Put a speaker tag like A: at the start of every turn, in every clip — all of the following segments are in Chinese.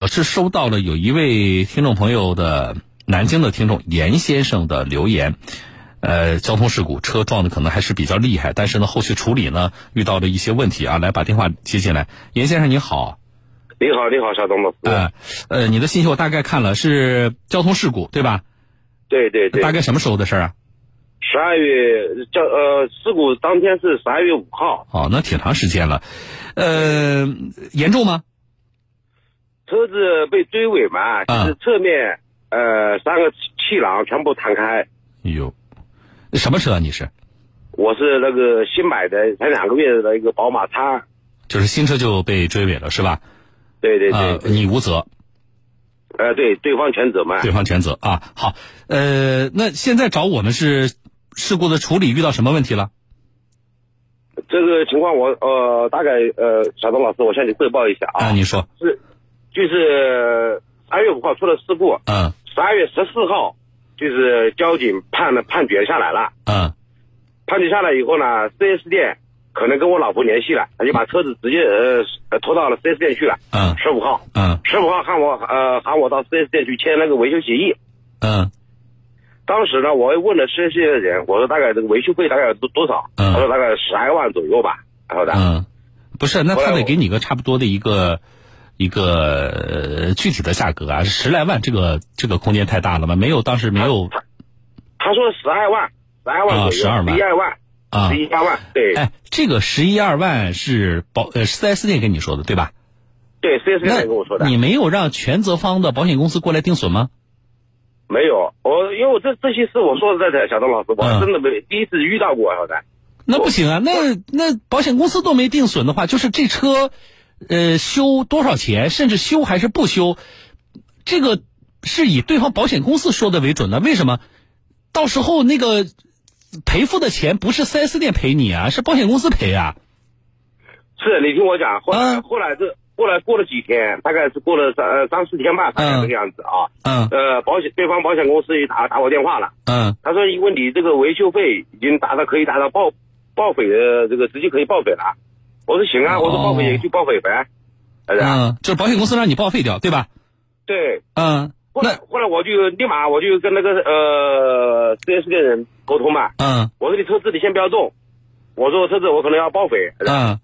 A: 我是收到了有一位听众朋友的南京的听众严先生的留言，呃，交通事故车撞的可能还是比较厉害，但是呢，后续处理呢遇到了一些问题啊，来把电话接进来。严先生你好，
B: 你好，你好，沙东老师。
A: 呃，呃，你的信息我大概看了，是交通事故对吧？
B: 对对对，
A: 大概什么时候的事儿啊？
B: 十二月叫呃事故当天是十二月五号，
A: 哦，那挺长时间了，呃，严重吗？
B: 车子被追尾嘛，就
A: 啊
B: 是侧面呃三个气囊全部弹开。
A: 哎呦，什么车啊？你是？
B: 我是那个新买的，才两个月的一个宝马叉。
A: 就是新车就被追尾了是吧？
B: 对对
A: 啊
B: 对，、
A: 你无责，
B: 呃，对，对方全责嘛。
A: 对方全责啊。好，呃，那现在找我们是事故的处理遇到什么问题了？
B: 这个情况我呃大概呃，小东老师，我向你汇报一下
A: 啊，
B: 啊，
A: 你说，
B: 是就是十二月五号出了事故，
A: 嗯
B: 十二月十四号就是交警判了判决下来了。
A: 嗯，
B: 判决下来以后呢，4S 店可能跟我老婆联系了，他就把车子直接呃呃拖到了 4S 店去了。
A: 嗯
B: 十五号，
A: 嗯
B: 十五号喊我呃喊我到 4S 店去签那个维修协议。
A: 嗯
B: 当时呢，我也问了 4S 店的人，我说大概这个维修费大概有多多少？
A: 嗯
B: 他说大概十来万左右吧。然后的，
A: 嗯，不是，那
B: 后来
A: 他得
B: 我
A: 给你个差不多的一个一个、呃具体的价格啊，十来万这个这个空间太大了吧？没有，当时没有
B: 他说十二万，十二万左右，
A: 啊12万
B: 十一二万，
A: 啊
B: 十。一二万，对、
A: 哎，这个十一二万是保呃四 S 店跟你说的对吧？
B: 对，4S 店
A: 那
B: 跟我说的。
A: 你没有让全责方的保险公司过来定损吗？
B: 没有，我因为我这这些事，我说实在的，小东老师，我
A: 嗯
B: 真的没、第一次遇到过，好的。
A: 那不行啊，那那保险公司都没定损的话，就是这车，呃，修多少钱，甚至修还是不修，这个是以对方保险公司说的为准的。为什么？到时候那个赔付的钱不是 4S 店赔你啊，是保险公司赔啊。
B: 是你听我讲，后来、
A: 嗯
B: 后来这后来过了几天，大概是过了三呃三四天吧，大概这个样子啊。
A: 嗯
B: 呃，保险对方保险公司也打打我电话了，
A: 嗯
B: 他说因为你这个维修费已经达到可以达到报报废的这个直接可以报废了。我说行啊，
A: 哦
B: 我说报废也就报废呗，是不啊是？
A: 嗯，就是保险公司让你报废掉，对吧？
B: 对。
A: 嗯，
B: 后来
A: 那
B: 后来我就立马我就跟那个呃四 S 店人沟通嘛，
A: 嗯
B: 我说你车子你先不要动，我说我车子我可能要报废，是吧
A: 嗯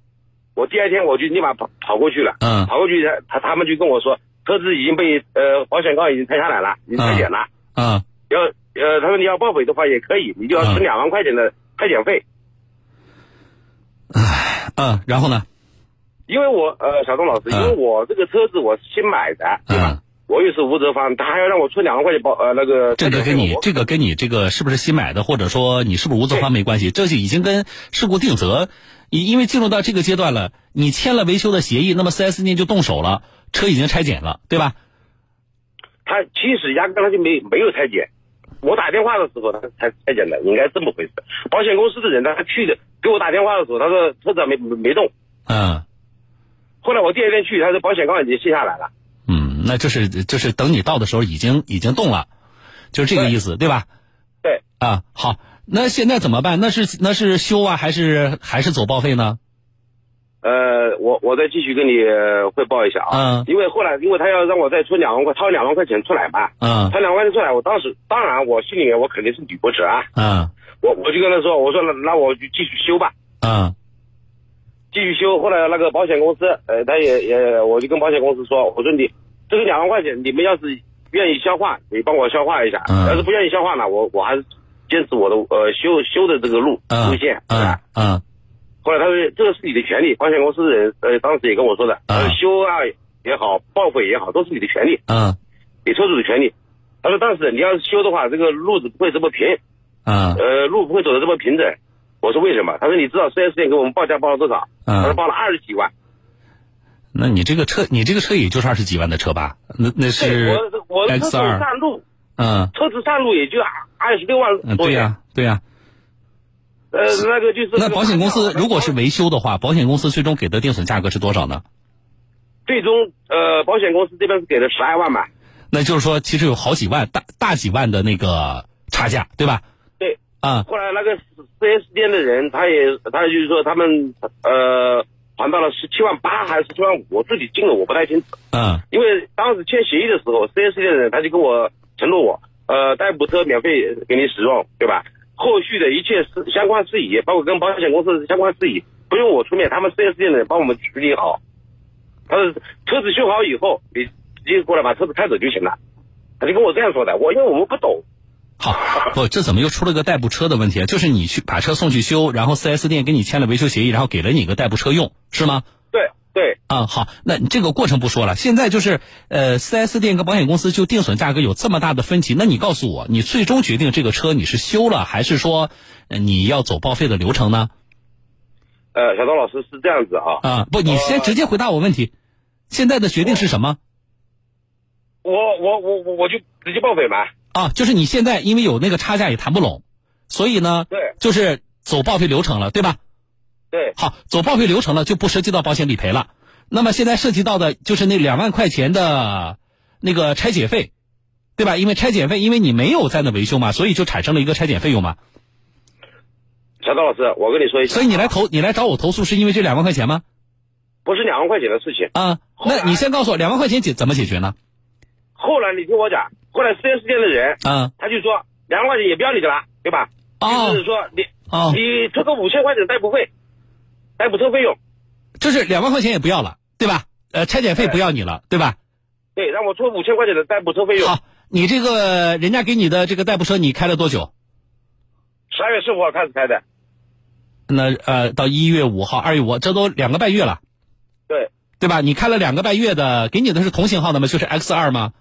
B: 我第二天我就立马跑跑过去了。
A: 嗯
B: 跑过去，他他他们就跟我说，车子已经被呃保险杠已经拆下来了，已经拆检了。
A: 嗯，
B: 要呃，他说你要报废的话也可以，你就要
A: 嗯
B: 出两万块钱的拆检费。
A: 嗯，然后呢？
B: 因为我呃，小东老师，
A: 嗯
B: 因为我这个车子我是新买的，对啊
A: 嗯
B: 吧？我又是无责方，他还要让我出两万块钱保呃那个
A: 这个
B: 拆检
A: 跟
B: 费
A: 你
B: 我
A: 这个跟你这个是不是新买的，或者说你是不是无责方没关系，这就已经跟事故定责，因因为进入到这个阶段了，你签了维修的协议，那么 4S 店就动手了，车已经拆检了，对吧？
B: 他其实压根他就没没有拆检。我打电话的时候，他才拆检的，应该这么回事。保险公司的人呢，他去的给我打电话的时候，他说车子还没没没动。
A: 嗯
B: 后来我第二天去，他说保险杠已经卸下来了。
A: 嗯，那就是就是等你到的时候已经已经动了，就是这个意思，对吧？
B: 对，
A: 啊，好，那现在怎么办？那是那是修啊，还是还是走报废呢？
B: 呃，我我再继续跟你呃汇报一下
A: 嗯
B: 啊，因为后来因为他要让我再出两万块，掏两万块钱出来嘛，
A: 嗯
B: 掏两万块钱出来，我当时当然我心里面我肯定是理不直啊，
A: 嗯
B: 我我就跟他说，我说那那我就继续修吧，
A: 嗯
B: 继续修。后来那个保险公司，呃，他也也，我就跟保险公司说，我说你这个两万块钱，你们要是愿意消化，你帮我消化一下，
A: 嗯
B: 要是不愿意消化呢，我我还是坚持我的呃修修的这个路
A: 嗯
B: 路线，对吧
A: 嗯嗯
B: 后来他说这个是你的权利，保险公司的人呃当时也跟我说的，他说修啊也好，报废也好，都是你的权利，
A: 嗯
B: 你车主的权利。他说但是你要是修的话，这个路子不会这么平，
A: 嗯
B: 呃路不会走的这么平整。我说为什么？他说你知道 4S 店给我们报价报了多少？他说
A: 嗯，
B: 报了二十几万。
A: 那你这个车，你这个车也就是二十几万的车吧？那那
B: 对，
A: 是
B: 我的我的车
A: X
B: 子
A: 二，
B: 上路，
A: 嗯
B: 车子上路也就二十六万
A: 嗯，
B: 多
A: 对
B: 钱。
A: 呀、对呀、
B: 呃，那个就是
A: 那保险公司如果是维修的话，保险公司最终给的定损价格是多少呢？
B: 最终呃保险公司这边是给了十二万嘛？
A: 那就是说，其实有好几万、大大几万的那个差价，对吧？
B: 对，
A: 啊、
B: 后来那个四 S 店的人，他也他就是说他们呃还到了十七万八还是十七万五，我具体金额我不太清楚。
A: 嗯
B: 因为当时签协议的时候，4S 店的人他就跟我承诺我，呃，代步车免费给你使用，对吧？后续的一切事相关事宜，包括跟保险公司的相关事宜，不用我出面，他们 4S 店的人帮我们处理好。他说车子修好以后，你直接过来把车子开走就行了。他就跟我这样说的，我因为我们不懂，
A: 好，不，这怎么又出了个代步车的问题啊？就是你去把车送去修，然后 4S 店跟你签了维修协议，然后给了你个代步车用，是吗？
B: 对对，
A: 啊，好，那你这个过程不说了。现在就是，呃，4S 店跟保险公司就定损价格有这么大的分歧，那你告诉我，你最终决定这个车你是修了，还是说呃你要走报废的流程呢？
B: 呃，小张老师是这样子啊，
A: 啊，不，你先直接回答我问题。现在的决定是什么？
B: 我我我我我就直接报废嘛，
A: 啊，就是你现在因为有那个差价也谈不拢，所以呢，
B: 对
A: 就是走报废流程了，对吧？
B: 对
A: 好，走报废流程了，就不涉及到保险理赔了。那么现在涉及到的就是那两万块钱的那个拆解费，对吧？因为拆解费，因为你没有在那维修嘛，所以就产生了一个拆解费用嘛。
B: 小张老师，我跟你说一下，
A: 所以你来投，你来找我投诉是因为这两万块钱吗？
B: 不是两万块钱的事情。
A: 啊，那你先告诉我两万块钱解怎么解决呢？
B: 后来你听我讲，后来 4S 店的人
A: 啊
B: 他就说两万块钱也不要你的了，对吧？
A: 哦
B: 就是说你、
A: 哦
B: 你出个五千块钱代步费，代步车费用，
A: 就是两万块钱也不要了，对吧？呃，拆解费不要你了，对吧？
B: 对，让我出五千块钱的代步车费用。
A: 好，你这个人家给你的这个代步车，你开了多久？
B: 十二月十五号开始开的，
A: 那呃，到一月五号、二月五，这都两个半月了，
B: 对，
A: 对吧？你开了两个半月的，给你的是同型号的吗？就是 X 二吗？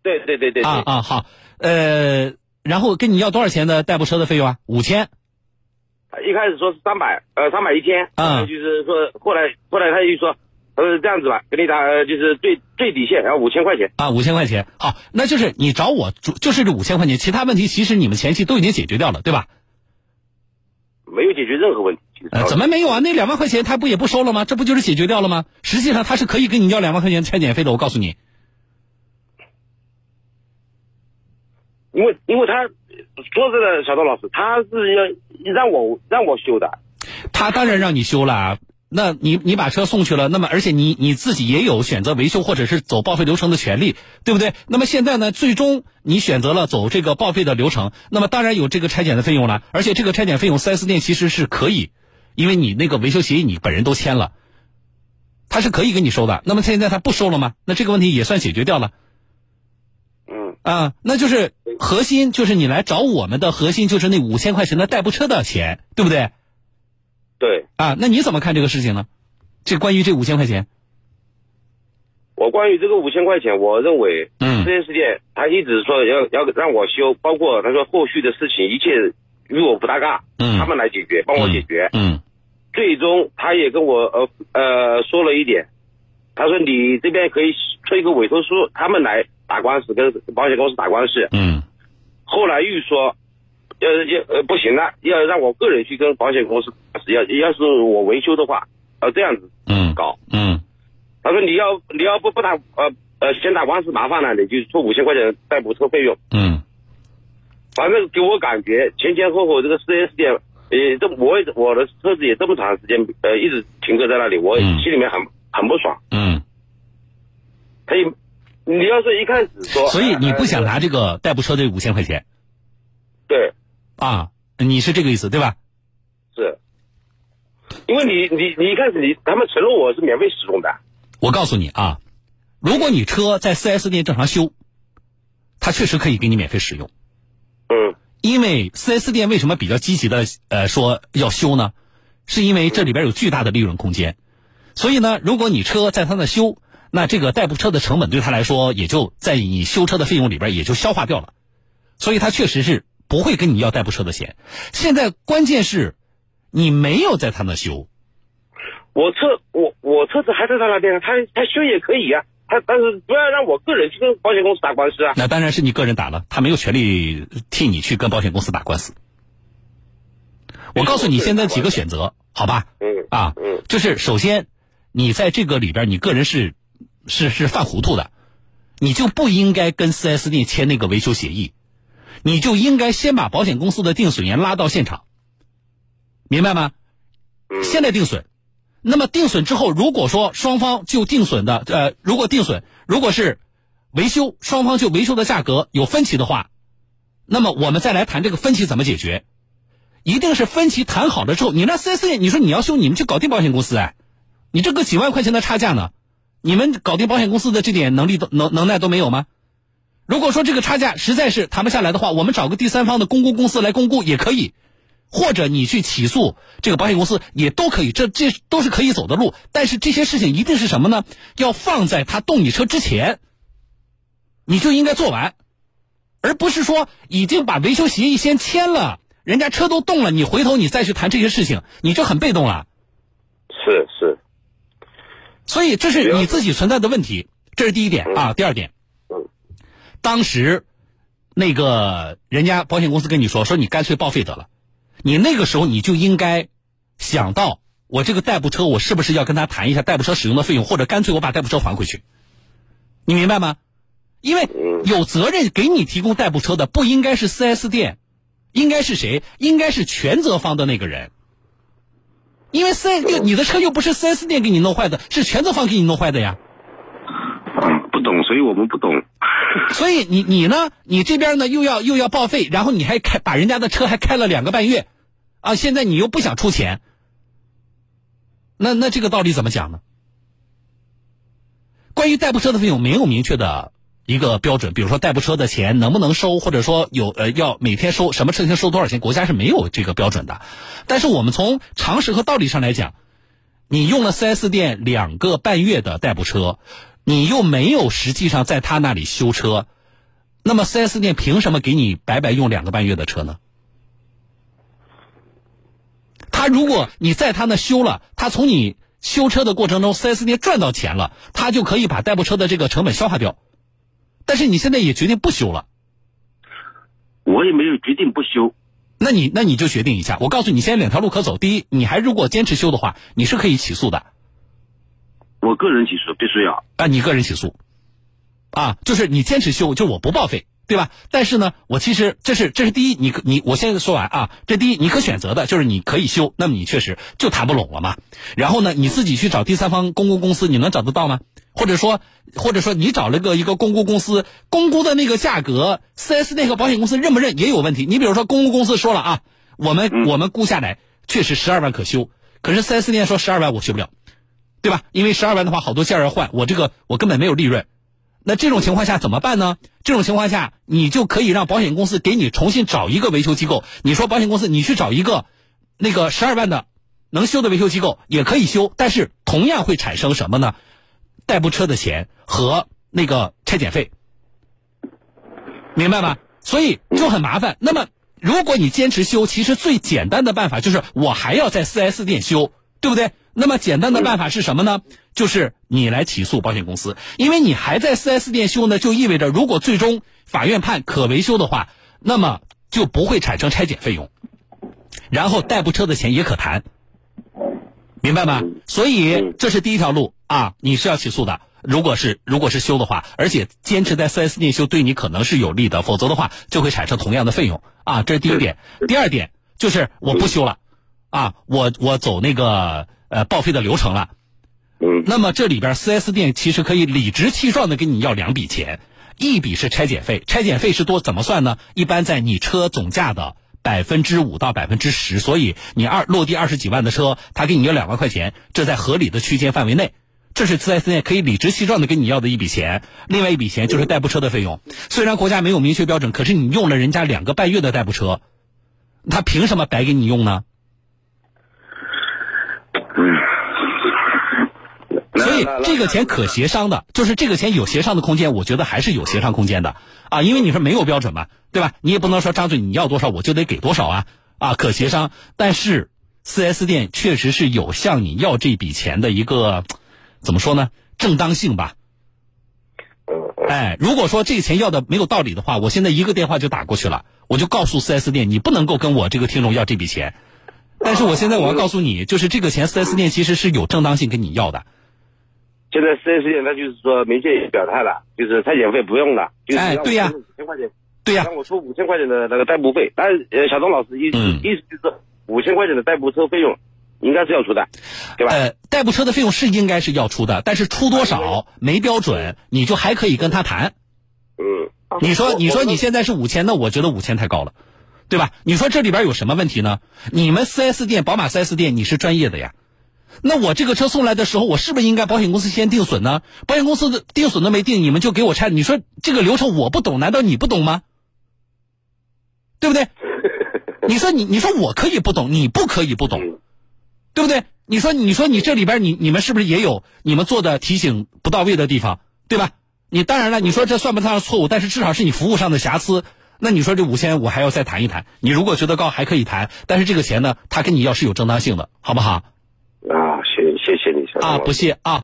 B: 对对对对对，
A: 啊啊，好，呃，然后跟你要多少钱的代步车的费用啊？五千
B: 一开始说是三百，呃，三百一天，
A: 嗯
B: 呃就是说后来后来他就说，呃，这样子吧，给你打，呃就是最最底线，然后五千块钱，
A: 啊，五千块钱。好，那就是你找我，主就是这五千块钱，其他问题其实你们前期都已经解决掉了，对吧？
B: 没有解决任何问题。其实
A: 呃，怎么没有啊？那两万块钱他不也不收了吗？这不就是解决掉了吗？实际上他是可以跟你要两万块钱拆检费的，我告诉你。
B: 因为因为他说真的，小赵老师，他是要让我让我修的，
A: 他当然让你修了。啊那你你把车送去了，那么而且你你自己也有选择维修或者是走报废流程的权利，对不对？那么现在呢，最终你选择了走这个报废的流程，那么当然有这个拆检的费用了，而且这个拆检费用4 S 店其实是可以，因为你那个维修协议你本人都签了，他是可以给你收的。那么现在他不收了吗？那这个问题也算解决掉了。
B: 嗯，
A: 啊，那就是核心就是你来找我们的核心就是那五千块钱的代步车的钱，对不对？
B: 对。
A: 啊，那你怎么看这个事情呢？这关于这五千块钱，
B: 我关于这个五千块钱，我认为，
A: 嗯
B: 这件事情他一直说要要让我修，包括他说后续的事情一切与我不搭嘎，
A: 嗯
B: 他们来解决，帮我解决。
A: 嗯
B: 最终他也跟我呃呃说了一点，他说你这边可以出一个委托书，他们来打官司，跟保险公司打官司。
A: 嗯
B: 后来又说，要要呃不行了，要让我个人去跟保险公司打官司，要要是我维修的话，呃这样子
A: 嗯
B: 搞。
A: 嗯
B: 他说你要你要不不打呃呃先打官司麻烦了，你就出五千块钱的代补车费用。
A: 嗯
B: 反正给我感觉前前后后这个四 S 店，呃，这我也我的车子也这么长时间呃一直停搁在那里，我
A: 嗯
B: 心里面很很不爽。
A: 嗯，
B: 他也，你要是一开始说，
A: 所以你不想
B: 呃
A: 拿这个代步车这五千块钱
B: 对
A: 啊？你是这个意思对吧？
B: 是，因为你你你一开始你他们承诺我是免费使用的，
A: 我告诉你啊，如果你车在 4S 店正常修，它确实可以给你免费使用。
B: 嗯
A: 因为 4S 店为什么比较积极的呃说要修呢？是因为这里边有巨大的利润空间，所以呢，如果你车在他那修，那这个代步车的成本对他来说也就在你修车的费用里边也就消化掉了，所以他确实是不会跟你要代步车的钱。现在关键是，你没有在他那修，
B: 我车我我车子还在他那边，他他修也可以啊，他但是不要让我个人去跟保险公司打官司啊。
A: 那当然是你个人打了，他没有权利替你去跟保险公司打官司。我告诉你，现在几个选择，好吧？
B: 嗯
A: 啊
B: 嗯，
A: 就是首先，你在这个里边，你个人是是是犯糊涂的，你就不应该跟 4S 店签那个维修协议，你就应该先把保险公司的定损员拉到现场，明白吗？
B: 嗯
A: 现在定损，那么定损之后，如果说双方就定损的，呃，如果定损，如果是维修，双方就维修的价格有分歧的话，那么我们再来谈这个分歧怎么解决。一定是分歧谈好了之后，你那四 S 店，你说你要修，你们去搞定保险公司哎，你这个几万块钱的差价呢，你们搞定保险公司的这点能力都能能耐都没有吗？如果说这个差价实在是谈不下来的话，我们找个第三方的公估公司来公估也可以，或者你去起诉这个保险公司也都可以，这这都是可以走的路。但是这些事情一定是什么呢？要放在他动你车之前，你就应该做完，而不是说已经把维修协议先签了，人家车都动了，你回头你再去谈这些事情，你就很被动啊了。
B: 是是，
A: 所以这是你自己存在的问题，这是第一点啊。第二点
B: 嗯，
A: 当时那个人家保险公司跟你说，说你干脆报废得了，你那个时候你就应该想到，我这个代步车我是不是要跟他谈一下代步车使用的费用，或者干脆我把代步车还回去，你明白吗？因为有责任给你提供代步车的不应该是 4S 店，应该是谁？应该是全责方的那个人。因为四 S 又你的车又不是 4S 店给你弄坏的，是全责方给你弄坏的呀。
B: 嗯，不懂，所以我们不懂。
A: 所以你你呢？你这边呢又要又要报废，然后你还开把人家的车还开了两个半月，啊，现在你又不想出钱，那那这个道理怎么讲呢？关于代步车的费用没有明确的一个标准，比如说代步车的钱能不能收，或者说有呃要每天收什么车型收多少钱，国家是没有这个标准的。但是我们从常识和道理上来讲，你用了 4S 店两个半月的代步车，你又没有实际上在他那里修车，那么 4S 店凭什么给你白白用两个半月的车呢？他如果你在他那修了，他从你修车的过程中，4S 店赚到钱了，他就可以把代步车的这个成本消化掉。但是你现在也决定不修了，
B: 我也没有决定不修。
A: 那你那你就决定一下。我告诉你，现在两条路可走。第一，你还如果坚持修的话，你是可以起诉的。
B: 我个人起诉，必须要。
A: 啊，你个人起诉，啊，就是你坚持修，就是我不报废，对吧？但是呢，我其实这是这是第一，你可你我先说完啊，这第一你可选择的就是你可以修，那么你确实就谈不拢了嘛。然后呢，你自己去找第三方公估公司，你能找得到吗？或者说，或者说你找了个一个公估公司，公估的那个价格，4S 店和保险公司认不认也有问题。你比如说，公估公司说了啊，我们我们估下来确实十二万可修，可是 4S 店说十二万我修不了，对吧？因为十二万的话，好多件儿要换，我这个我根本没有利润。那这种情况下怎么办呢？这种情况下，你就可以让保险公司给你重新找一个维修机构。你说保险公司，你去找一个那个十二万的能修的维修机构也可以修，但是同样会产生什么呢？代步车的钱和那个拆检费，明白吗？所以就很麻烦。那么如果你坚持修，其实最简单的办法就是我还要在 4S 店修，对不对？那么简单的办法是什么呢？就是你来起诉保险公司，因为你还在 4S 店修呢，就意味着如果最终法院判可维修的话，那么就不会产生拆检费用，然后代步车的钱也可谈。明白吗？所以这是第一条路啊，你是要起诉的。如果是如果是修的话，而且坚持在 4S 店修对你可能是有利的，否则的话就会产生同样的费用啊。这是第一点。第二点就是我不修了，啊，我我走那个呃报废的流程了。
B: 嗯
A: 那么这里边 4S 店其实可以理直气壮的跟你要两笔钱，一笔是拆检费，拆检费是多怎么算呢？一般在你车总价的百分之五到百分之十，所以你二落地二十几万的车，他给你要两万块钱，这在合理的区间范围内。这是 4S 店可以理直气壮的跟你要的一笔钱，另外一笔钱就是代步车的费用。虽然国家没有明确标准，可是你用了人家两个半月的代步车，他凭什么白给你用呢？
B: 嗯
A: 所以这个钱可协商的，就是这个钱有协商的空间，我觉得还是有协商空间的啊，因为你说没有标准嘛，对吧？你也不能说张嘴你要多少我就得给多少啊啊，可协商。但是四 S 店确实是有向你要这笔钱的一个怎么说呢？正当性吧。哎，如果说这个钱要的没有道理的话，我现在一个电话就打过去了，我就告诉四 S 店，你不能够跟我这个听众要这笔钱。但是我现在我要告诉你，就是这个钱四 S 店其实是有正当性跟你要的。
B: 现在四 S 店他就是说明确表态了，就是拆检费不用了，就是
A: 哎
B: 让我
A: 对呀
B: 出五千块钱，
A: 对呀、
B: 让我出五千块钱的那个代步费。但是呃，小东老师意思
A: 嗯
B: 意思就是五千块钱的代步车费用，应该是要出的，对吧？
A: 呃，代步车的费用是应该是要出的，但是出多少没标准，你就还可以跟他谈。
B: 嗯，
A: 你说，你说你现
B: 先
A: 在是五千，那我觉得五千太高了，对吧？你说这里边有什么问题呢？你们 4S 店，宝马 4S 店，你是专业的呀。那我这个车送来的时候，我是不是应该保险公司先定损呢？保险公司的定损都没定，你们就给我拆？你说这个流程我不懂，难道你不懂吗？对不对？你说你，你说我可以不懂，你不可以不懂，对不对？你说，你说你这里边你你们是不是也有你们做的提醒不到位的地方，对吧？你当然了，你说这算不算是错误，但是至少是你服务上的瑕疵。那你说这五千我还要再谈一谈，你如果觉得高还可以谈，但是这个钱呢，他跟你要是有正当性的，好不好？
B: 啊，谢谢谢你，小张
A: 啊，
B: 老师
A: 不谢啊。